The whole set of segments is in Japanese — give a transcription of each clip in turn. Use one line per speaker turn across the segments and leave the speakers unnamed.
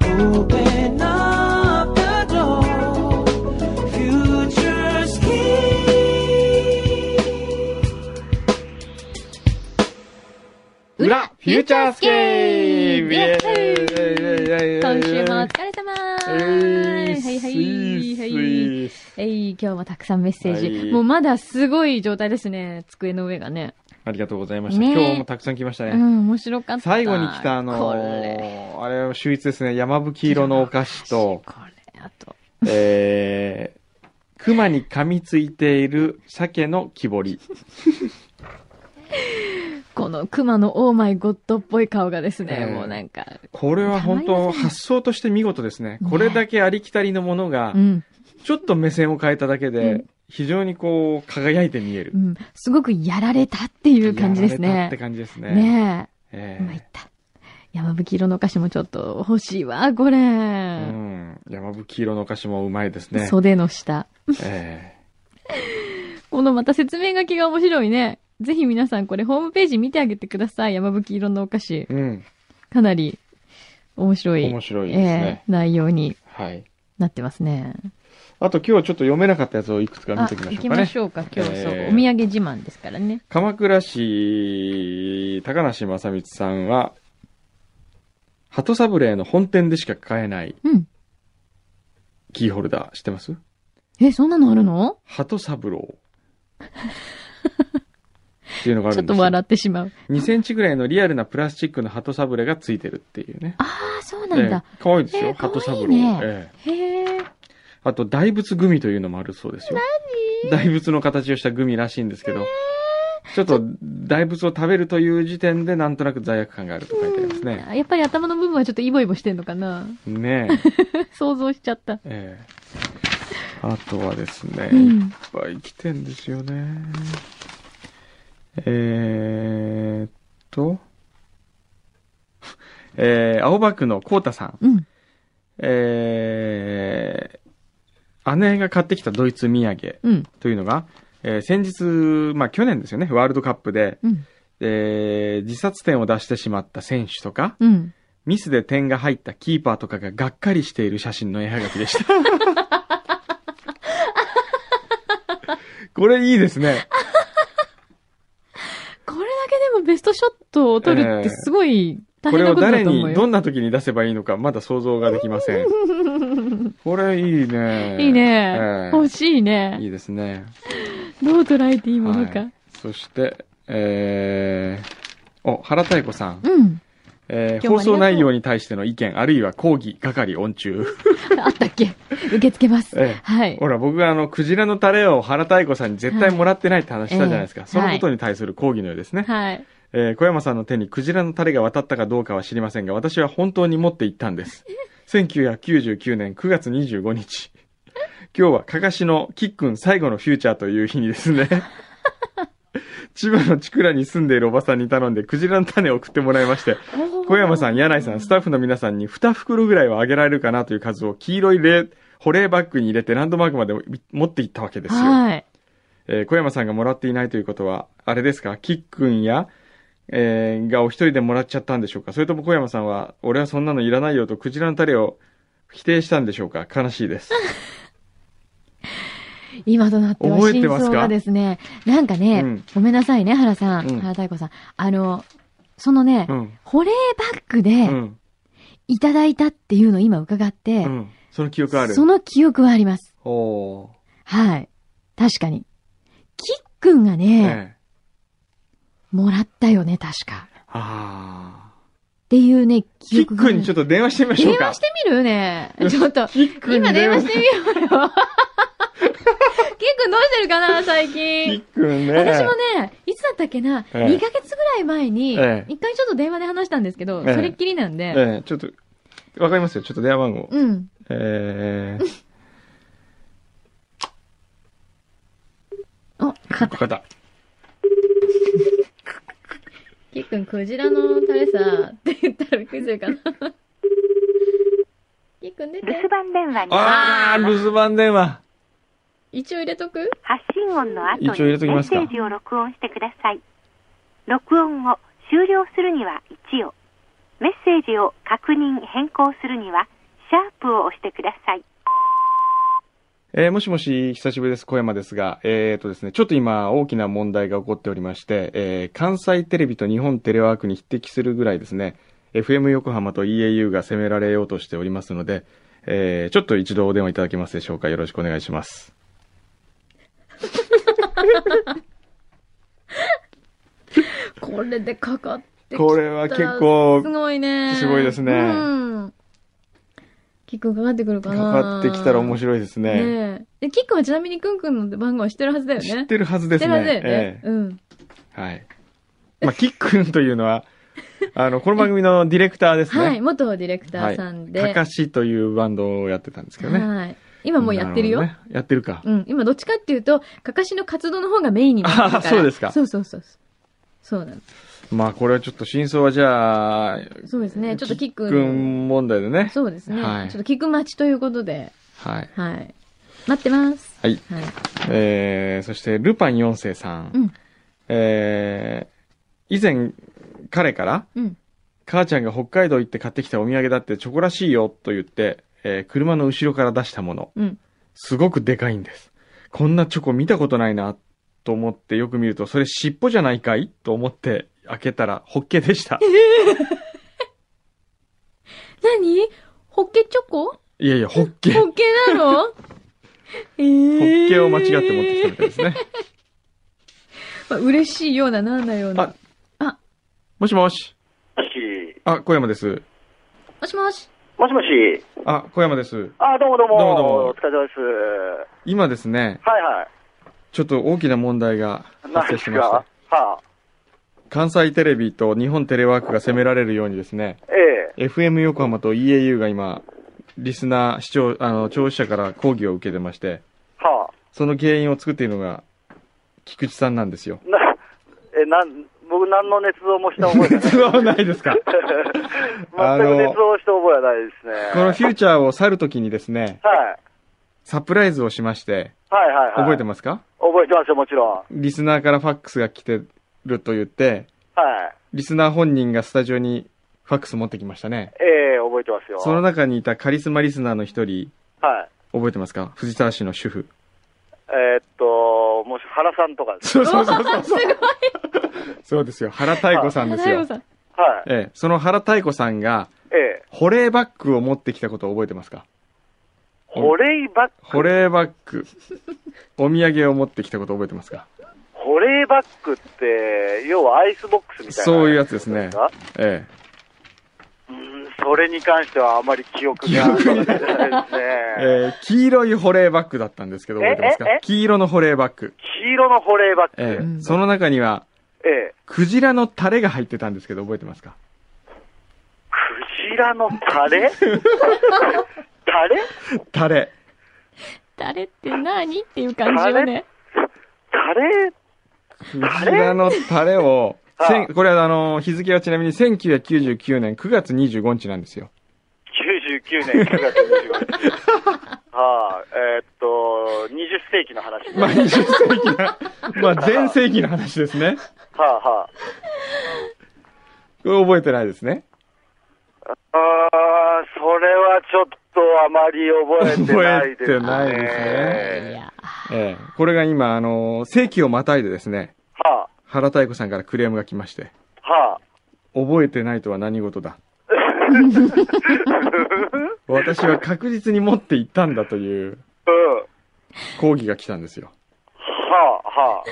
Open up the door. Future's key.
裏フューチャースケープ
イ
イ
エ
エーイ
今週もお疲れ様
え
はいいはいは
スイス
い。
イス
えい、今日もたくさんメッセージ。
はい
もうまだすごい状態ですね。机の上がね。
ありがとうございました。
ねえ
今日もたくさん来ました
う
ね。
ん、面白かった。
最後に来たあの
これ。
ー、あれは秀逸ですね。山吹色のお菓子と、
これ、あと。
えー、熊に噛みついている鮭の木彫り。
この熊のオーマイゴッドっぽい顔がですね、
ええ
もうなんか。
これは本
たまり
当
ません
発想として見事ですね
ね。
これだけありきたりのものが
う、ん。
ちょっと目線を変えただけ
う
で
ん、
非常にこう、輝いて見える
う。ん。すごくやられたっていう感じです
やられたっ
ね
て。感じですね。
ね
ええ
え。まいった。山吹色のお菓子もちょっと欲しいわ、これ。
うん。山吹色のお菓子もうまいですね。
袖の下。
え
このまた説明書きが面白いね。ぜひ皆さんこれホームページ見てあげてください。山吹色のお菓子
え。うん。
かなり面白い。
面白いですね
ええ内容に
はい。
なってますね。
あと今日ちょっと読めなかったやつをいくつか見
あ、
ておきまし
行
ょ
き
うか
ま
ね
し。ょうか、今日。そう。お
ええ
土産自慢ですからね。
鎌倉市、高梨正光さんは、鳩サブレーの本店でしか買えない
うん。
キーホルダー知ってます
え、そんなのあるの
鳩サブ ロー。っていうのがあ
ち
る
ょっ
んで
と
すよ。
笑ってしまう。
2センチぐらいのリアルなプラスチックの鳩サブレーがついてるっていうね。
ああ、そうなんだ。
ええ。かわいいです
え
よ。
え
鳩サブロ
かわいいね
ー。ええ
へえ。
あと、大仏グミというのもあるそうですよ。大仏の形をしたグミらしいんですけど、ちょっと大仏を食べるという時点でなんとなく罪悪感があると書いてありますね。
あやっぱり頭の部分はちょっとイボイボしてんのかな
ね
想像しちゃった。
え。ええあとはですね、
う
いっ
ん。
ぱい来てんですよね。えーっと、えー、青葉区のコウタさん。
うん。
えー、姉が買ってきたドイツ土産。
うん。
というのが、えー先日、まあ去年ですよね、ワールドカップで、
うん。
えー自殺点を出してしまった選手とか、
うん。
ミスで点が入ったキーパーとかががっかりしている写真の絵はがきで した。これいいですね。
これだけでもベストショットを取るってすごい大
こ
変
れ
な
を
ことだ
誰
と思う
に、ど
よ。
んな時に出せばいいのかまだ想像ができません。 これいいね。
いい
え
ね。
ー
欲しい
い
ね。
いですね。
どう捉えていいもの
は
か
い。そして、えー、お、原太子さん。
うん。
えー
今
放
日もありがとう
送内容に対しての意見、あるいは抗議、係、音中。
あったっけ受け付けます。
ええ
はい。
ほら、僕があの、クジラのタレを原太子さんに絶対もらってないって話したじゃないですか。
はいええ
そのことに対する抗議のようですね。
はい。
えー小山さんの手にクジラのタレが渡ったかどうかは知りませんが、私は本当に持って行ったんです。1999年9月25日。今日はかかしのキックン最後のフューチャーという日にですね。千葉のチクラに住んでいるおばさんに頼んでクジラの種を送ってもらいまして、小山さん、柳井さん、スタッフの皆さんに2袋ぐらいはあげられるかなという数を黄色いレ保冷バッグに入れてランドマークまで持っていったわけですよ。
はい。
えー小山さんがもらっていないということは、あれですか、キックンや、えーがお一人でもらっちゃったんでしょうかそれとも小山さんは、俺はそんなのいらないよとクジラのタレを否定したんでしょうか悲しい です。
今となっては
覚え
真
てますか
相がですね、なんかね、
うん
ごめんなさいね、原さん、
うん
原太子さん。あの、そのね、
うん。
保冷バッグ
う
で
ん。
いただいたっていうのを今伺って、
うん。その記憶ある。
その記憶はあります。
おー。
はい。確かに。キックンが
ええ
ね、もらったよね、確か。
あ
っていうね、
ー。キ
記憶
ックンにちょっと電話してみましょう
電
か
話し。てみるね。 ちょっと。
キックン
今
に電
電話
話
してみよう よ。キックンどうしてるかな、最
キ
近
ッ。クンね。
私もね、いつだったっけな、
ええ
2ヶ月ぐらい前に、一
ええ
回ちょっと電話で話したんですけど、
ええ
それっきりなんで、
ええ、ちょっと、わかりますよ。ちょっと電話番号。
うん。
えー、
お、かかった。
ここだ。
きっくん、クジラのタレさ、って言ったらびっくりするかな。 きっくん出
留
て
守。番電話に
あー、留守番電話。
一応入れとく
発信音の後にメ
一応入れときま
ッ
すか
セージを録音してください。録音を終了するには1を、メッセージを確認変更するにはシャープを押してください。
えーもしもし、久しぶりです。小山ですが、えーとですね、ちょっと今、大きな問題が起こっておりまして、えー関西テレビと日本テレワークに匹敵するぐらいですね、FM 横浜と EAU が攻められようとしておりますので、えーちょっと一度お電話いただけますでしょうか。よろしくお願いします。
これでかかってきたら
これは結構
すごいね。
すごいですね
うん。キックンかかってくるか
か
な。
かってきたら面白いですね。
ねえ。えキックンはちなみにくんくんの番号は知ってるはずだよね。
知ってるはずですね。
知ってるはずだよ
え。
ね
え
うん。
はい。まあ、キックンというの は、あの、この番組のディレクターですね。
はい。元ディレクターさんで。
かかしというバンドをやってたんですけどね。
はい。今 もうやってるよ。
なほどねやってるか。
うん。今どっちかっていうと、かかしの活動の方がメインになってるから。
あそうですか
そうそうそうそう。そうなの。
まあこれはちょっと真相はじゃあ、
そうですね。ちょっとキック
くん問題でね。
そうですね。
はい
ちょっとキック待ちということで。
はい。
はい。待ってます。
はい。
はい。
えー、そしてルパン四世さん。
うん
えー、以前彼から、
うん。
母ちゃんが北海道行って買ってきたお土産だってチョコらしいよと言って、えー車の後ろから出したもの。
うん。
すごくでかいんです。こんなチョコ見たことないなと思ってよく見ると、それ尻尾じゃないかいと思って開けたらホッケで した。
何ホッケチョコ
いやいや、ホッケ。
ホッケな のえー
ホッケを間違って持ってきたみたいですね。
まあ、嬉しいような、なんだような。
もしもし。
もし、
あ、小山です。
もしもし。
もしもし。
あ、小山です。
あ、どうもどうも。
どうもどうも
お疲れ様です。
今ですね、
はいはい。
ちょっと大きな問題が発
何
生
で
し
す
て
か
ました
は。あ、
関西テレビと日本テレワークが責められるようにですね、
え
FM 横浜と EAU が今、リスナー、視聴、あの、聴取者から抗議を受けてまして、
えは
その原因を作っているのが、菊池さんなんです よ。
あ、な、え、なん、僕何の捏造もした 覚えがない。
熱はないですかあ
全
の
く捏造した覚えはないですね。
このフューチャーを去るときにですね、
はい。
サプライズをしまして、
はいはいはい。
覚えて
ま
ますか
す。覚えてますよ、もちろん。は
リスナーからファックスが来てると言って、
い。
リスナー本人がスタジオにファックス持ってきましたね。
ええ覚えてますよ。
その
はい。
中にいたカリスマリスナーの一人、覚えてますか藤沢市の主婦。
えーっと、もし原さんとかです。
そうそうそうそう。すごい。そうですよ。原太子さんです
大悟
よ。
さん。
はい。
ええ、その原太子さんが、
ええ
保冷バッグを持ってきたことを覚えてますか
保冷バッグ。
保冷バッグ。お土産を持ってきたこと覚えてますか
保冷バッグって、要はアイスボックスみたいな。
そういうやつですね
ですか
え
うーんそれに関してはあまり記憶がないですね。
え。ええ、黄色い保冷バッグだったんですけど、覚えてますか
えええ
黄色の保冷バッグ。
黄色の保冷バッグ。
え
え
え、その中には、
え
クジラのタレが入ってたんですけど、覚えてますか
クジラのタ レタレ
タレ。
誰って何っていう感じよね。
タレ
クジラのタレを、
はあ
せんこれはあの、日付はちなみに1999年9月25日なん ですよ。
?99 年9月25日。はあ、えーっと、20世紀の話ね。
まあ、20世紀な、まあ、全世紀の話ですね。
はあは
これ覚えてないですね。
あ。あーそれはちょっとあまり覚えてないです
覚
ね。
えてないですね
いや。
ええこれが今、あの、世紀をまたいでですね、
は
原太子さんからクレームが来まして、
あ、はあ。
覚えてないとは何事 だ。私は確実に持っていったんだという
うん。
抗議が来たんですよ。
はあ、はあ。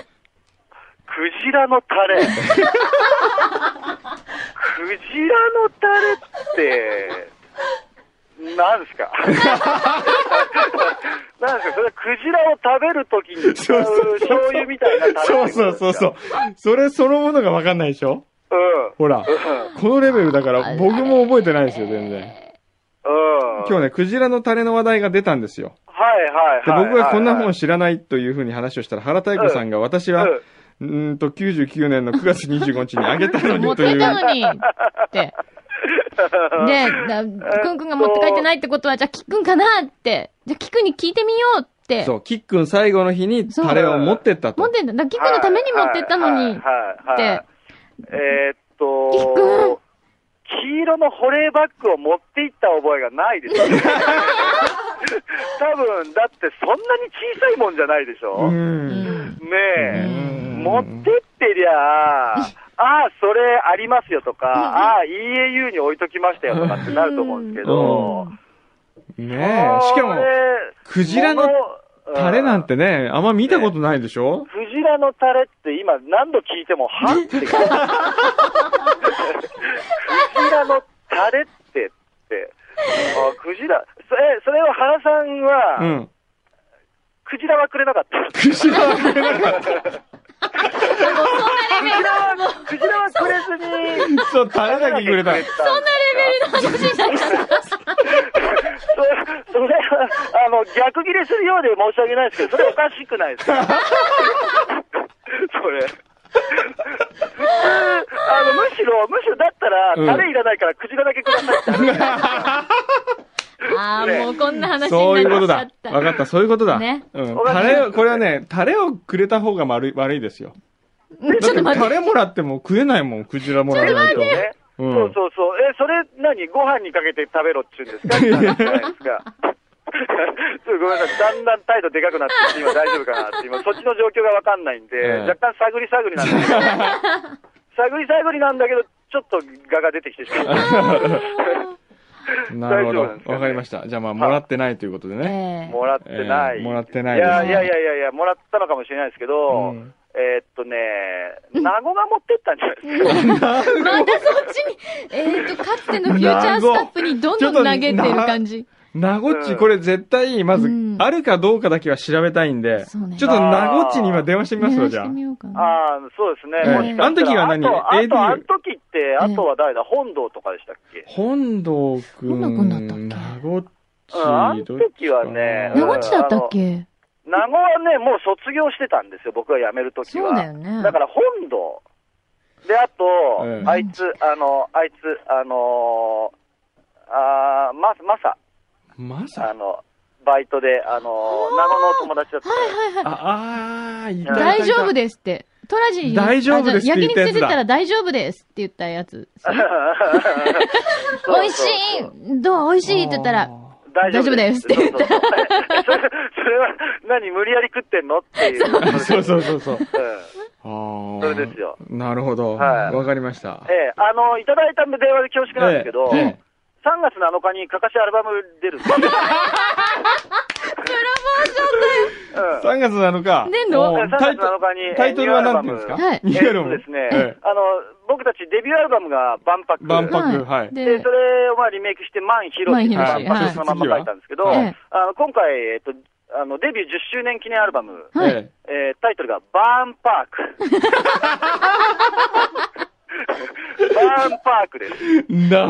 クジラのタレ。クジラのタレって、な んすかなんすかそれはクジラを食べるときに使う醤油みたいなタレ
そ
っ
う
て
そう
ことです
そ
か
うそう。それそのものがわかんないでしょほら、
う
このレベルだから僕も覚えてないですよ、全然。
ん。うん。
今日ね、クジラのタレの話題が出たんですよ。
はいはい
で、
はいはい。
僕はこんな
も
本
ん
知らないというふうに話をしたら、原太子さんが私は、うーんと、99年の9月25日にあげたの
持
に
っ
と
て
い
っ
う。
たのにって。で、だくんくんが持って帰ってないってことは、じゃあキックンかなって。じゃあキックンに聞いてみようって。
そう、キックン最後の日にタレを持ってったと。
持っ。てんだ。だからキックンのために持ってったのに。
はいはいはいはい
って。
えーっと、
キックン
黄色の保冷バッグを持って行った覚えがないですよね。多分、だってそんなに小さいもんじゃないでしょ、
うんん。
ね
う
え、
ん
持ってってり ゃあ、ああ、それありますよとか、ああ、EAU に置いときましたよとかってなると思うんですけど、
ねえ。しかも
これ、
クジラの
物
タレなんてね、あんま見たことないでしょ
クジラのタレって今何度聞いても、はって感じ。クジラのタレってって。あ、クジラ。そえ、それを原さんは、
うん。
クジラはくれなかった。
クジラはくれなかっ
そんなレベルだもう、
クジラはくれずに、
た。そう、タレだけくれた。
そんなレベルの女子だから。そ それは、あの、逆ギレするようで申し訳ないですけど、それおかしくない ですかそれ。普通、あの、むしろ、むしろだったら、
うん
タレいらないからクジラだけくださいって話
ああ、もうこんな話
そういうこ
に
と
なっ
だ
ち。ゃ
わ
っ
かった、そういうことだ。
ね
うん。タレを、これはね、タレをくれた方が悪い、悪いですよ。
た。
だ
ちょ
っ
ってと待
タ
って。
レもらっても食えないもん、クジラもらわないと。
ね。
うん
そうそうそう。え、それ何、ご飯にかけて食べろっちゅうんですかって話じゃないですか。 ちょっとごめんなさい。だんだん態度でかくなってきて、今大丈夫かなって、今、そっちの状況がわかんないんで、
ええ
若干探り探りなんですけど、 探り探りなんだけど、ちょっと画が出てきてしまった。
なるほど。
大丈夫なんですかね
わかりました。じゃあまあ、もらってないということでね。
え
もらってない。
ええもらってない
い
です
や
ね
いやいやいやいや、もらったのかもしれないですけど、
うん
えーっとね、名護が持ってったんじゃないですか。
えまたそっちに、えっと、かつてのフューチャースタッフにどんどん投げてる感じ。
なごっち、これ絶対、まず
うん、
あるかどうかだけは調べたいんで、ち
そ
ょ
う
っ
ね
となごっちに今電話してみますよ、じゃ
してみようかな。
ああ、そうですね。
ええ
もしかしたら
あの時は何
あと、あ
AD
と、あの時って、あとは誰だ、本堂とかでしたっけ
あ。本堂く
どん
ん、
な子だったっけ
なごっち、
うんあの
どっち
時はね
かな
名護っちだったっけ
名護はね、もう卒業してたんですよ、僕が辞めるとき
そ
は。
うだよね。
だから本堂。で、あと、
ええ
あいつ、あの、あいつ、あのー、あーま、まさ、
まさ
あの、バイトで、あのー、名護の友達だった。
あ、あー、いたいたい
大
た
丈夫ですって。トラジに
大丈夫ですって
あじゃあ
言っ
焼肉
たや
連
つだ
れてったら大丈夫ですって言った やつ。
そうそう
美味しいどう美味しいって言ったら、
大丈夫です。
大丈夫ですって言った
そうそうそうそれそれは、何、無理やり食ってんのっていう。
あー そうそうそうそう。
うん
ああ。
それですよ。
なるほど。
はい
わかりました。
ええあの、いただいた電話で恐縮なんですけど、
ええ
3月7日にかかしアルバム出るんですよ。プロモーショ
3
ン
月なのか。
出んの
おー
3
タ
月
イト
7日に、え
タイトルは何て言うんですか
はい
ニ
ニ
ュ
ュ
ー
ー
ア
ア
ル
ル
バ
バム
ムえっとですね、
ええ
あの、僕たちデビューアルバムが万博。
万博はい
で、
で
そ、れをまあリメイクして、万広
万
し、
広
し
万
はい
博そのまんま書いたんですけど、
はい
ええ
あの今回、えっと、あの、デビュー10周年記念アルバム、
はい
え
えータイトルが、バー ンパーク。バーンパークです。
えなん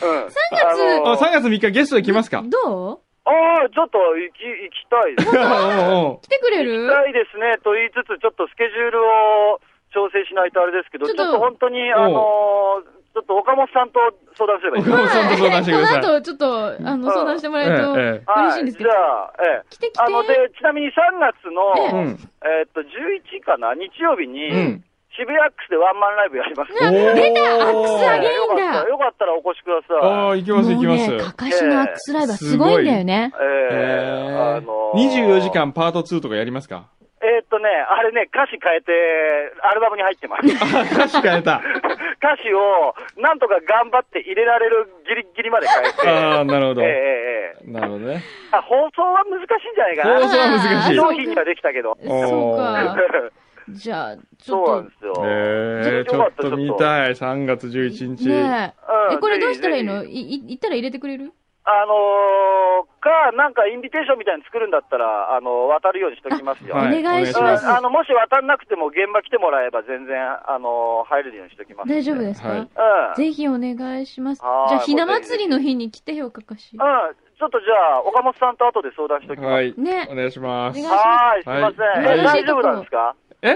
うん、3
あ、3
あの
月3日ゲストで来ますか
どう
あー、ちょっと行き、行きたいです。
おうおう
来てくれ
行
る
きたいですね、と言いつつ、ちょっとスケジュールを調整しないとあれですけど、ち
ち
ょ
ょ
っ
っと
と本当に、あのーちょっと岡本さんと相談すればいいです
岡
か
本さんと相談してください
この後、ちょっと、あの、相談してもらえると、
ええ
嬉しいんですけど。
はい、
来
じゃあ、ええ。
て来て
あの、で、ちなみに3月
う
の、
ん。
えーっと、11かな、日曜日に、
うん
渋谷アックスでワンマンライブやります、
おー
出たアックスあげ
ええよか
いいん
った
だ
ら、よかったらお越しくだ
あ
さ
あ、行
い。
きます行きま
もうね、
す
か。かしのアックスライブはすごいんだよね。
ええ
え
あのー
24時間パート2とかやりますか
えーっとね、あれね、歌詞変えて、アルバムに入ってます。
あ歌詞変えた。
歌詞を、なんとか頑張って入れられるギリギリまで変えて。
ああ、なるほど
ええ。ええええ
なるほどね。
あ放送は難しいんじゃないか
放送
な。
は難しい。
商品にはできた けど。
そうか。じゃあ、ち
そうな
ょっ
んですよ。
ええちょっと見たい。3月11
と、
日。
ね
うん
え、え、これどうしたらいいの
ぜ
い、い、行ったら入れてくれる
あのーか、なんかインビテーションみたいに作るんだったら、あの渡るようにしときますよ。
お
はい
願いし
うん
ます。
あの、もし渡んなくても現場来てもらえば全然、あの入れるようにしときますん。
大丈夫です
はい
か
うん。
ぜひお願いします。じ
はい
ゃあ、ひな祭りの日に来てよ、かかし。
うん。ちょっとじゃあ、岡本さんと後で相談しときます。
はい。
ね
お願いしま
お
す
願。
はーい、すいません。
はい
え
はい
大丈夫なんですか
え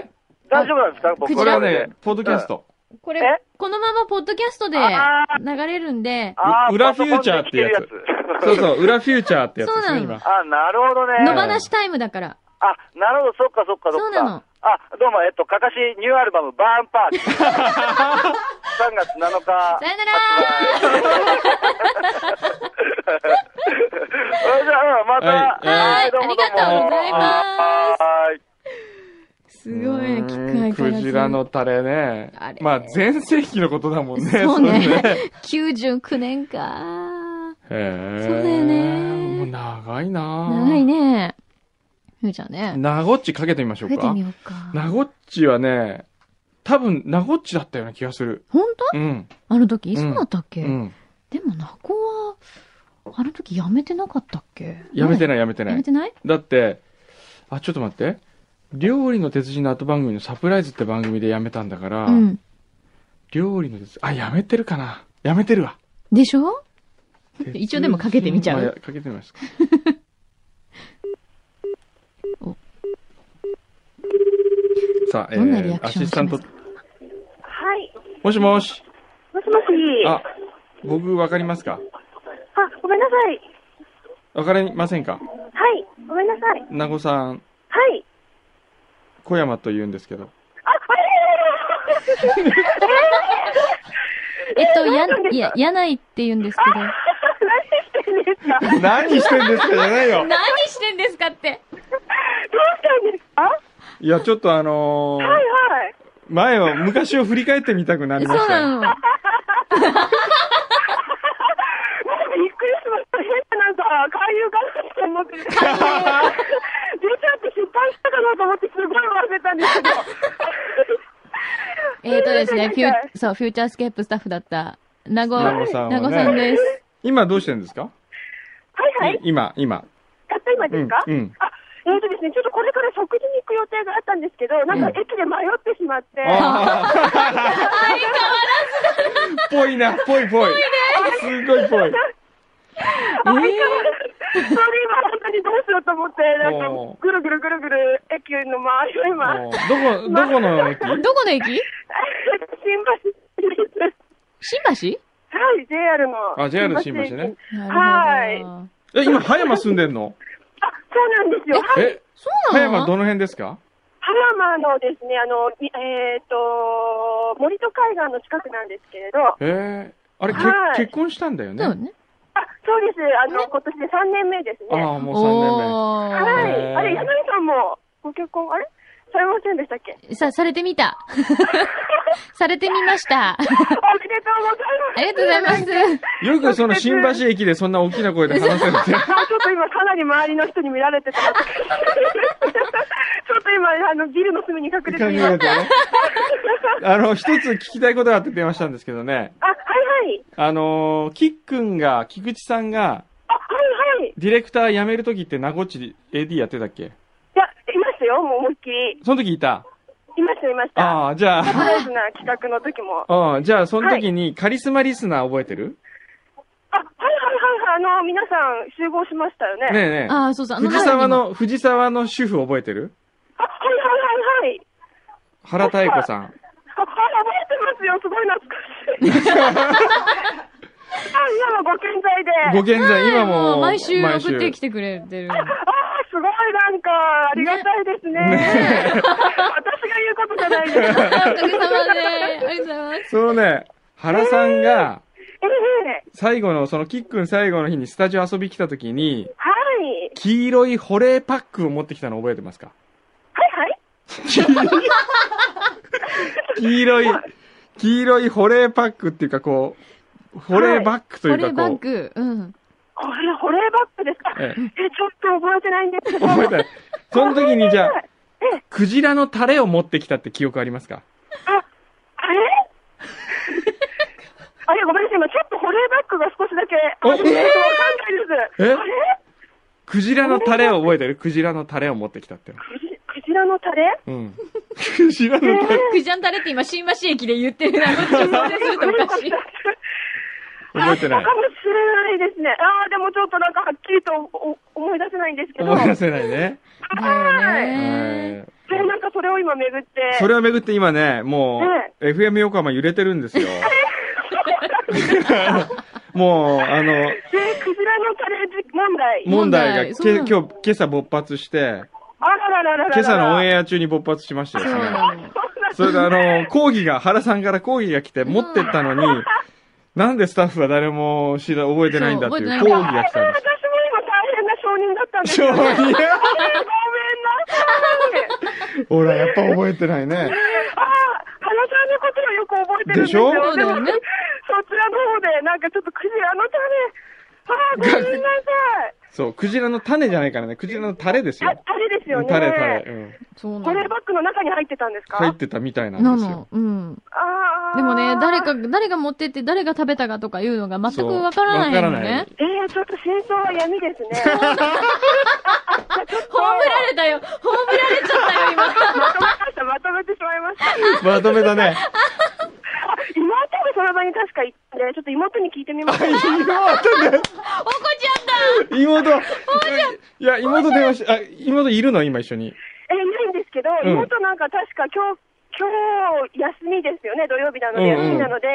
大丈夫なんですか僕
ク
こ
ジ
れは
ラ
これ
ね
で、
ポッドキャスト。
こ
え
れ、このままポッドキャストで
あ
流れるんで、
あ
裏フューチャーってやつ
パソコンで聞けるやつ
そうそう、裏フューチャーってやつです
そう
ね、
なの
今。
あ、なるほどね。
野放しタイムだから。
あ、なるほど、そっかそっかそっか。
そうなの。
あ、どうも、えっと、かかしニューアルバム、バーンパーティー。3月7日。
さよな
発売 それじゃあ、また。
はい
はい
どうもども
ありがとうございます
はい。
すごいね、
う
キッ
ーん
ク相変わ
ク
らず
ジラのタレね
あれ。
まあ、全盛期のことだもんね。
そう
れ
ね。99年か。
へー
そうだよね
もう長いな
長い。ね。ふうちゃんね。
なごっちかけてみましょ
食
う
べて
か
み。ようか。
なごっちはね、多分、なごっちだったような気がする。
本
うん。
当あの時、
ん
そうだったっ
う
け、
ん。
でも、ナコは、あの時やめてなかったっけ
やめて
な
ない、やめて
い。
な
やめ
い。
てない
だって、あ、ちょっと待って。料理の鉄人の後番組のサプライズって番組でやめたんだから、
うん。
料理の鉄人、あ、やめてるかな。やめてるわ。
でしょ 一応でもかけてみちゃう
まあかけてみますか。
お
さあ、え
どんなリア
ー、
ク
ア
ション
シスタント
し、
はい。
もしもし。
もしもし。
あ、僕わかりますか
あ、ごめんなさい。
わかりませんか
はい。ごめんなさい。
名護さん、
はい。
小山と言うんですけど。
あ、あれ
えっと、や、いや、やないって言うんですけど。
何してるんです
何してんですか
かどう
じゃないよ。
何してんですかって。
したんですかはい
や、ちょっとあのー
はい。
前を、昔を振り返ってみたくな
そ
り
う
ましたよ。
なの。
もうびっくりしました。変ななんか、勧誘かなと思って。出 ちゃって出版したかなと思って、すごい忘れたんですけど。
えっと ですね、
ご
フ
め
ュ
んな
ー
さい、
そう、フューチャースケープスタッフだった、名護、
名護さんはね
名護さんです。
今どうしてるんですか
はいはい。
今、今。
たった今ですか、
うんうん
あ、えーとですね、ちょっとこれから食事に行く予定があったんですけど、なんか駅で迷ってしまって。
ああ。ぽいな、ぽいぽい。すごいぽい。
相変わらずそれ今本当にどうしようと思って、なんか
おー
ぐるぐるぐるぐる駅の周りを今、
もうどこ、どこの駅
どこの駅
新橋です。
新
はい、JR の。
あ JR 新橋ね。
橋
は
なる
い
ほど。
え、今、葉山住んでんの
あ、そうなんですよ。はい。
え、
そう
葉
なの
山どの辺ですか
ハラマのですね、あの、いえっ、と、森戸海岸の近くなんですけれど、あ、
ええあれ、け
はい
結婚したんだよね。
そうね。
そうです。あの、今年で3年目ですね。
ああ、もう3
お
は
ー。
へー
い。あれ、柳さんもご結婚、あれされませんでしたっけ
さ、されてみた。 されてみました。
おめでとうございます。
ありがとうございます。
年目。よくその新橋駅でそんな大きな声で話せるって。
あちょっと今、かなり周りの人に見られてたなとちょっと今、あのビルの隅に隠
考
れてい
え
ます。
てね。あの、一つ聞きたいことがあって電話したんですけどね。
あ、はいはい。
あのー、キックンが、菊池さんが、
あ、はいはい。い
ディレクター辞めるときって名護っち AD やってたっけ
や、いましたよ、もう思いっきり。
その時いた
いました、いました。
ああ、じゃ
サプ
あ、
ライズな企画の時も。
うん、じゃあその時にカリスマリスナー覚えてる、
あ、はいはいはいはい。あの、皆さん集合しましたよね。
ねえねえ。
ああ、そうそう。あ
藤沢の、藤沢の主婦覚えてる
あ、はいはいはいはい。
原妙子さん。
あ、はい、覚えてますよ。すごい懐かしい。あ、今もご健在で。
ご現在、
今
今
も
も
う
う、
毎週送ってき
て。
てくれてる。
ああ、すごい、なんか、ありがたいですね。私が言うことじゃないです。え
おかげさまで。ありがとうございます。
そのね、原さんが、
え
最後の、その、キックン最後の日にスタジオ遊び来た時に、
はい。
黄色い保冷パックを持ってきたの覚えてますか
はいはい。
黄色い、黄色い保冷パックっていうかこう、保冷バッグとい
こ
うか
れバッ
こう、
グ。うん。
これ、保冷バッグですか
え
え
え
ちょっと覚えてないんですけど。
覚えてない。 その時にじゃあ
はい、
クジラのタレを持ってきたって記憶ありますか
あれあれ、ごめんなさい。今、ちょっと保冷バッグが少しだけ、
お
あちょっとわかんないです。
え
あれ
クジラのタレを覚えてるクジラのタレを持ってきたっての。
クジクジラのタレ
うん。 クジラのタレ。
クジャンタレって今、新橋駅で言ってるな。こっち想像するとおかしい。
覚えてない
か。もしれないですね。ああ、でもちょっとなんかはっきりとおお思い出せないんですけど。
思い出せないね。
だよ
はい
ね。
はい
で、なんかそれを今巡って。
それをめぐって今ね、もう、FM 横浜揺れてるんです よ。もう、あの、
で、クジラのタレ問題。
問題が
そうな
け
の
今日、今朝勃発して、
ああらららららら。
今朝のオン
エ
エア中に勃発しましてで
そう
すね。
なの。
それであの、講義が、原さんから講義が来て持ってったのに、なんでスタッフは誰も知ら、覚えてないんだっていう
そう
講
覚えて
義
な
が来
私
た
も
んで
今大変な証人だったんですす
よ。
よ、
承
ね。
認
ごめんなさい。
ほら、やっぱ覚えてないね。
ああ、花さんのことはよく覚えてるんですよ。
でしょ
そうだよね
でもそちらの方で、なんかちょっとくじ、あのたね、ああ、ごめんなさい。
そう、クジラの種じゃないからね、クジラのタレです
あ
よ。
タレですよ
タレ
ね。
タレ。うん。
そうな
保冷
の。
バッグの中に入ってたんですか
入ってたみたいな
なん
ですよ
の。。うん。
ああ。
でもね、誰。か、誰が持ってって誰が食べたかとかいうのが全くわからない
そうわか
の
らない
ね。
ええちょっと真相は闇ですね。
葬られたよ葬られちゃったよ、今。
まとめました、まとめてしまいました。あ
まとめたね。
妹がその場に確か行って、ちょっと妹に聞いてみました。
妹ね。
怒っちゃっ
妹。いや、妹電話し、あ、妹いるの今一緒に。
え、いないんですけど、
うん
妹なんか確か今日、今日休みですよね、土曜日なので、
うんうん
休みなので、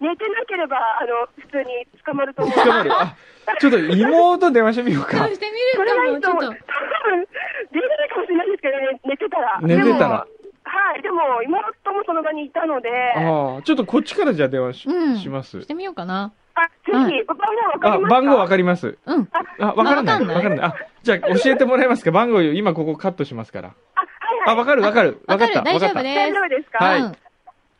寝てなければ、あの、普通に捕まると思う。
捕まる。あ、ちょっと妹電話してみよう
た
か
そ。して
それ
み
ない
る
と、
か
多
も、ちょっ
分
と。、
出れないかもしれないですけどね、寝てたら。
寝てたら
でも。はい、でも、妹もその場にいたので、あ、
ああ、ちょっとこっちからじゃあ電話し,、
うん。
します
し。てみようかな。
ぜひ、番号わか
あ
りますか、
番号わ
か
かります。
うん。
あ、わからない。
あわかんない
わからない。あ、じゃあ教えてもらえますか番号今ここカットしますから。
あ、はいは
あ、
い。
わかるわかる。わ
わ
か
か
った。
る、大
わ
丈
かっ
夫
た。
で
大丈夫ですか
はい
うん。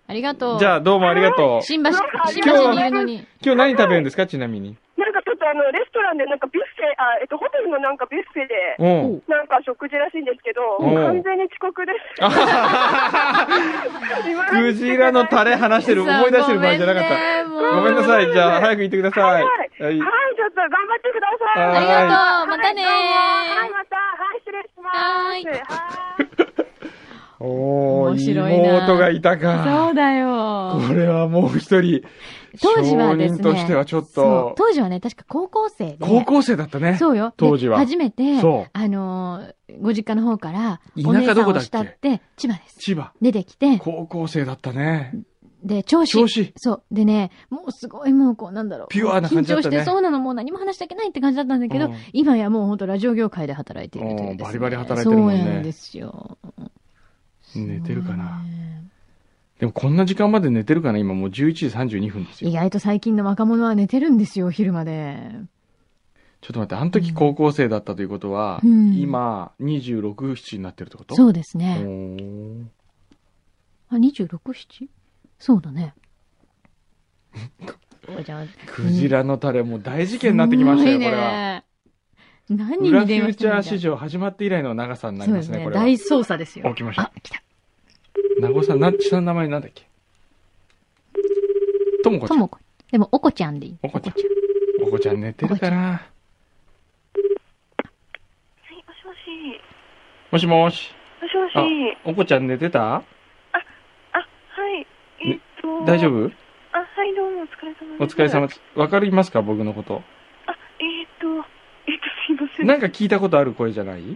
ありがとう。
じゃあどうもありがとう。
新橋、新橋にいるのに。
今日何食べるんですかちなみに。
なんかちょっとあの、レストランでなんかビュッフェ、あ、えっと、ホテルのなんかビュッフェで、
うん。
なんか食事らしいんですけど、
うん
完全に遅刻です。
あはははクジラのタレ話してる。
さあ
思い出してる場合じゃなかっ
ご
た。
めんねもう
ごめんなさい。じゃあ早く行ってくださ
はいい、。はい、はいちょっと頑張ってください。
は
ありがとう。
はい
またねー。
はい、また。はい、失礼します。
はーい
はい。
お
面
ー、
白いな
妹がいたか。
そうだ
こ
よ。
れはもう一人。
当時はですね
証人としてはちょっ
そう
と。
当時はね、確か高校生で。
高校生だったね。
そうよ。で
当時は
初めて、
そう
あのーご実家の方から、お
田
姉
舎
さ
ど
ん
こ
を
だっけ
慕って、千葉です。
千葉。
出てきて、
高校生だったね。
で、調子。
調子
そう。でね、もうすごいもうこう、なんだろう。
ピュアな感じだったね
緊張して、そうなの、もう何も話したくないって感じだったんだけど、
うん
今やもう本当ラジオ業界で働いているというです、ね。
おーバリバリ働いてるもんね
そうなんですよ。
寝てるかな。
ね
でもこんな時間まで寝てるかな今もう11時32分ですよ
意。外と最近の若者は寝てるんですよ、昼まで。
ちょっと待って、あの時高校生だったということは、
うん
今26、7になってるってこと
そううですね。
ね。
あ、26、7? そうだね。おじゃん
クジラのタレもう大事件になってきましたよ、こ
すごい
れは。
ね。何
裏フ
に
ュ
電
ー
話し
チ
て
ャ
る
ー
んだ
史上始まって以来の長さになり
そう
ま
ですす
ね、
ね。
これは
大。捜査ですよ。
起きました
あ、来た。
名護さん、な下の名前なんだっけともこち
と
ゃん。
もこ。でも、おこちゃんでいい。
おこちゃん。おこちゃん寝てるかな
もしもし。
もしもし。
もしもし。
あ、おこちゃん寝てた
あ、はい。えっと。
大丈夫
あ、はい、どうも、お疲れ様
お
です。
疲れ様。です。わかりますか僕のこと。
あ、えっと、えっと、すいません。
なんか聞いたことある声じゃない
はい、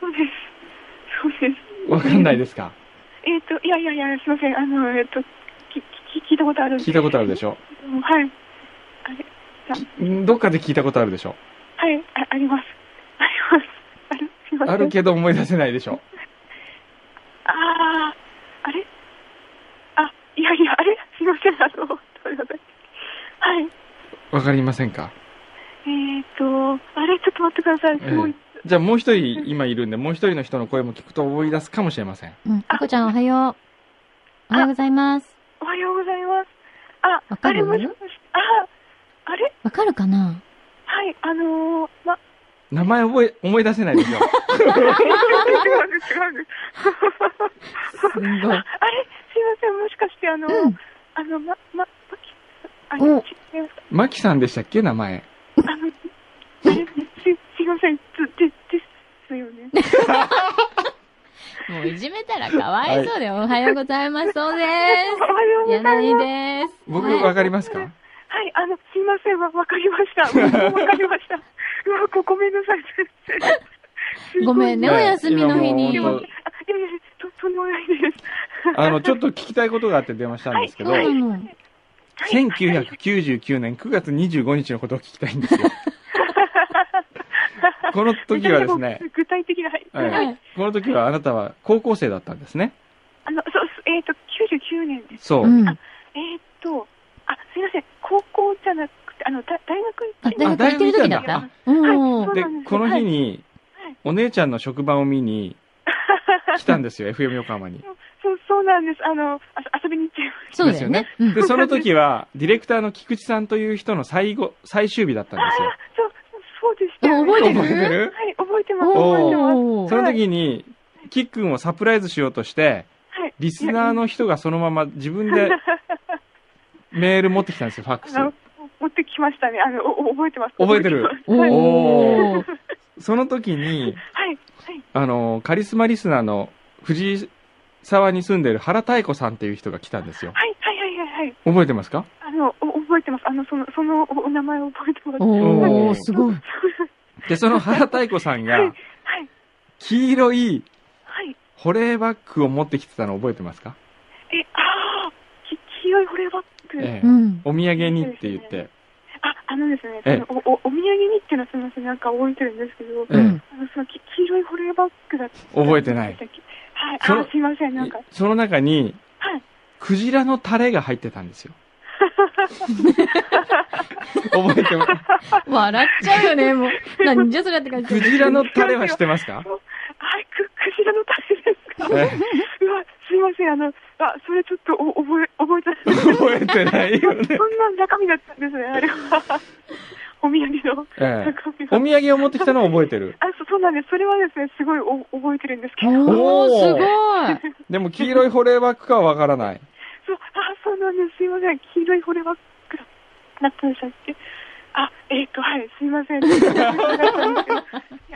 そうです。そうです。
わかんないですか
えっと、いやいやいや、すいません。あの、えっと、き、き、聞いたことあるんです
聞いたことあるでしょ
けどもはい。
んどっかで聞いたことあるでしょ
はい、あ、あります。あります。あれ、すいません。
あるけど思い出せないでしょ
ああ、あれあ、いやいや、あれすいません、あの、ごめんなさい。はい。
わかりませんか
えっ、と、あれ、ちょっと待ってください。すごい。
えじゃあもう一人今いるんで、もう一人の人の声も聞くと思い出すかもしれません。
うん。おこちゃん、おはよう。おはようございます。
おはようございます。あ、
わかる
あれもしもし、あ、あれ
わかるかな
はい、あのー、ま、
名前覚え、思い出せないで しょ
違うんです、違うんです。
すごい。
あれすいません、もしかして、あの、
うん
あの、ま、ま、まき、あれ、
お
違います
マキさんでしたっけ名前。
あの、 あれ、す、すいません、つ、で、ですよね。
もういじめたらかわいそうで、おはようございます。そうで
おはよう
す。
ございます。
柳です。
僕
はい
わかりますか
はい、あの、すいません、わ、わかりました。わわかりました。うわ、ごごめんなさい、先生。
ごめんね、
ね
お休みの日に
今。もう本
あいやいやいや、と、とんでもないです。
あの、ちょっと聞きたいことがあって電話したんですけど、
そうなの。
1999年9月25日のことを聞きたいんですよ。この時はですね、
具体的な、はい。
は
はい
い、この時はあなたは高校生だったんですね。
あの、そう、えっ、と、99年です。
そう。
うん。あ、
えっ、と、あ、すいません、高校じゃなくて、あの、だ大学行って、
大学行ってる時だったうん。
そう
で
なんで、す
この日に
はい、
お姉ちゃんの職場を見 に来たんですよ、FM 横浜に。
そう、そうなんです。あの、あ遊びに行っちゃいま
そうだよね。うん
で、その時は、ディレクターの菊池さんという人の最後、最終日だったんですよ。
す。そう、そうでしたよね、
覚えてる
覚えてる
はい、覚えてます、
おー
覚えてます。
おー
その時に、キックンをサプライズしようとして、
はい。
リスナーの人がそのまま自分でメール持ってきたんですよ、ファックス
あ。の、持ってきましたね。あの、お覚えてます。
覚えてる
覚えますはい。
おー。
その時に、
はい。はい。
あの、カリスマリスナーの藤井沢に住んでる原太子さんっていう人が来たんですよ。
はい。はい。はい。はい。はい。
覚えてますか
あの、お覚えてます。あの、その、そのおお名前を覚えてます。
おー、すごい。
で、その原太子さんが、
はい。
黄色い
はい。
保冷バッグを持ってきてたの覚えてますか
え、ああ、き黄色い保冷バッグ。
え
う
え。
ん。
お土産にって言って。
あ、あのですね、そ
ええ
のおおお土産にっていうのはすみません、なんか覚えてるんですけど、
ええ
あのそのき黄色い保冷バッグだった
覚えてない
はい、
その
あ、すみません、なんか、
その中に、
はい
クジラのタレが入ってたん ですよ。覚えてます。
笑っちゃうよね、もう。なんじゃそりゃって感じ。
クジラのタレは知ってますか
はい、く、クジラのタレですか。
え
うわ、すみません、あの、あ、それちょっとお覚え、覚えて
え
ない。
覚えてないよね
そ。んな中身だったんですね、あれは。お土産の
ええ
中身
お
が。
土産を持ってきたのを覚えてる。
あ、そそうなんです。それはですね、すごいお覚えてるんですけど。
おー、すごい。
でも黄色い保冷バッグかはわからない。
そう、あ、そうなんです。すいません。黄色い保冷バッグだったんでしたっけあ、えっ、と、はい、すいま せん。いや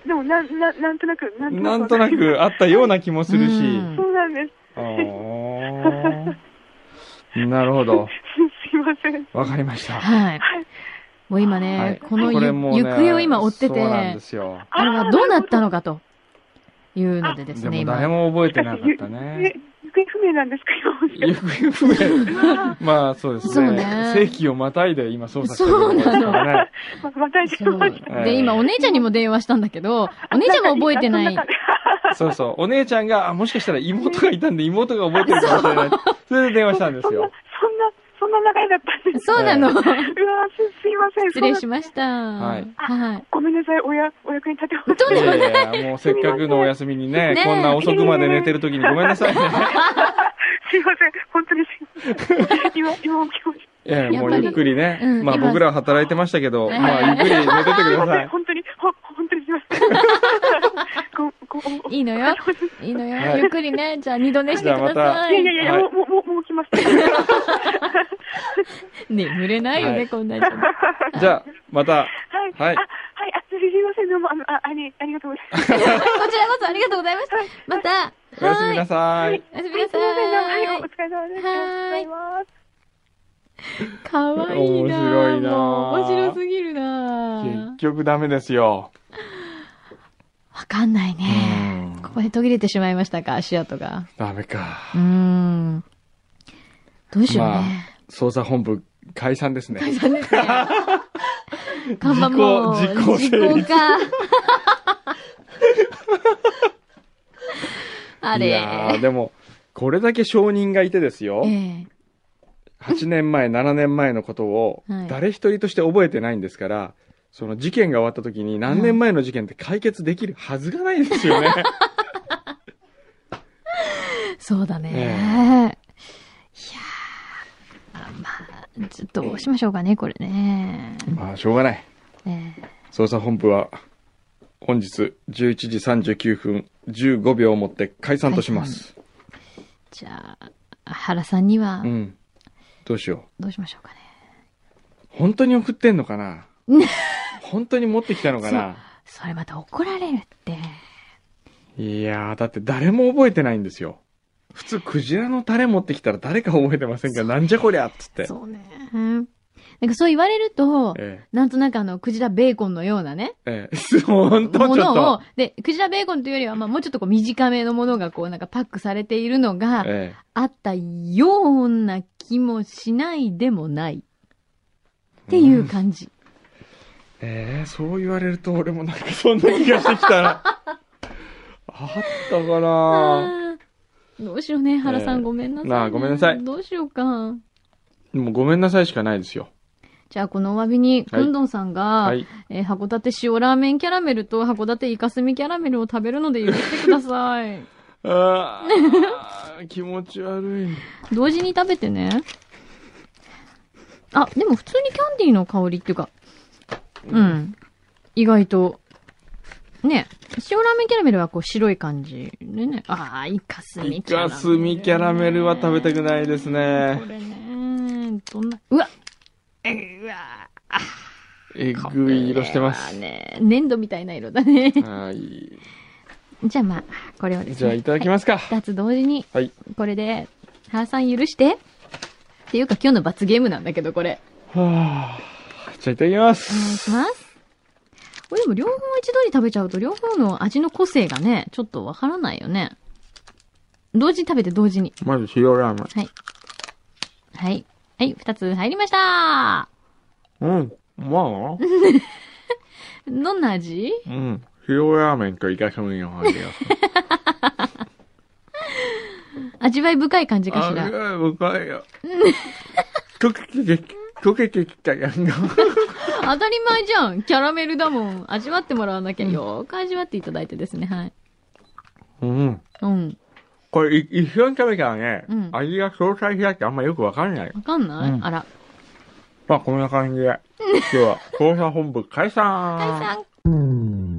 でも、なん、ななんとなく、
な
なんん
と
と
な
なく。
くあったような気もするし。
うん
そうなんです。
あーなるほど。
すいません。
わかりました。
はい。もう今
は
ね
い、
このゆ
れもね
行方を今追って
そ
て、
うなんで
あ
すよ。
れはどうなったのかというのでです
で
ね、
も誰
今。
も覚えてなかったね
え。、行方不明なんですか、今もしか
行
して。
方不明。 まあそうです
そう
ね。
ね
世紀をまたいで今捜査してるところですからね。
ままたいてました。
ええ
で、今お姉ちゃんにも電話したんだけど、お姉ちゃんも覚えてない。
そうそう。お姉ちゃんが、あもしかしたら妹がいたんで妹が覚えてるかもしれない。それで電話したんですよ。
そんな、そんな長いだったんです。
そうなの。
うわす、すいません。
失礼し
ま
ました。
はい
はい。
ごめんなさい、おや、お役に立てま
い
す。
やいやいやもうせっかくのお休みにね、
ねえ
こんな遅くまで寝てる時にごめんなさいね。
すいません、本当にすいません。今、今起きました。
ええ、
や
も
っ
う
ぱり
ゆっくりね。
うん
まあ
今
僕らは働いてましたけど、
はい
まあゆっくり寝ててください。
本当に、ほ本当にすいません。 ごごご
いいのよ。いいの
は
よ。
い
ゆっくりね。じゃあ二度寝してくだ
じゃあま
さ
いやいや
い。
いや、
はい
もう、もう、もうもう来 ました。
眠れないよ
は
ね、
い
こんなに。
じゃあ、また。
はい。
はい
あ、はい。あ、すみません。どうも、あの、あ、あり、ありがとうござ います。
こちらこそありがとうございました。また。
おやすみな
さ
さい。
い。おやすみ
はい
な
すみません。
さ
はい。
い
お。疲れ様です。
はーい
ありがとうございます。
かわいいな
面白いな
もう面白すぎるな
結局ダメですよ。
わかんないうね。
ん
ここで途切れてしまいましたか、足跡が。
ダメか。
うーん。どうしよう
まあ
ね。、
捜査本部解散ですね。
そうですね。看板も、
時効時効成立
時効 か。あ
いやー
れ。
でも、これだけ証人がいてですよ
え。え。
8年前、7年前のことを
はい、
誰一人として覚えてないんですから、その事件が終わった時に何年前の事件って解決できるはずがないですよ ね。
そうだ
ええ
ね。いやーあまあ、ちょっとどうしましょうかね、これね。
まあ、しょうがない。
ええ
捜査本部は、本日11時39分15秒をもって解散とします。
じゃあ、原さんには
う、ん。どうしよ
どうしましょうかね。
う。本当に送ってんのか な本当に持ってきたのかな
それまた怒られるって。
いやー、だって誰も覚えてないんですよ。普通、クジラのタレ持ってきたら誰か覚えてませんかなんじゃこりゃっつって。
そうね。うんなんかそう言われると、
え
なんとなくあの、クジラベーコンのようなね。
え、ええ、本当
も
ちょっ
のを
と。、
で、クジラベーコンというよりは、まあ、もうちょっとこう短めのものがこうなんかパックされているのが
え
あったような気もしないでもない。っていう感じ。
え、えー、そう言われると俺もなんかそんな気がしてきたな。あったかな
どうしようね、原さ
ええ
ん、ごめんなさい、ね。
なあごめんなさい
どうしようか。
もうごめんなさいしかないですよ。
じゃあ、このお詫びに、
はい
くんどんさんが、
はい。
えー函館塩ラーメンキャラメルと函館イカスミキャラメルを食べるので許してください。
あ ー気持ち悪い。
同時に食べてね。あ、でも普通にキャンディーの香りっていうか、うん。意外と、ね、塩ラーメンキャラメルはこう白い感じでね。ああ、イカスミ
イ
キャラメル、
カスミキャラメルは食べたくないですね
こ。れね、どんな、うわえうわ
えぐい色してま
これは
す。
ね、粘土みたいな色だね。
はい。
じゃあまあ、これをですね。
じゃあいただきますか。
二つ同時に、
はい。
これで、原さん許して。っていうか今日の罰ゲームなんだけど、これ。
はあ。じゃあいただきま
お願い
す。
します。これでも両方一度に食べちゃうと、両方の味の個性がね、ちょっとわからないよね。同時に食べて同時に。
まず塩ラーメ
はい。はい。はい、二つ入りました
ン。うん。まあ。
どんな味
うん。塩ラーメンとイカスミの味が。
味わい深い感じかしら。
あ、うまいよ。溶けてき、溶けてきたやんが。
当たり前じゃんキャラメルだもん。味わってもらわなきゃ。よーく味わっていただいてですね、はい。
うん。
うん。
これ、い一緒に食べたらね、
うん
味が相殺し合ってあんまよくわかんない。
わかんない、
うん
あら。
まあ、こんな感じで。今日は、捜査本部解散
解散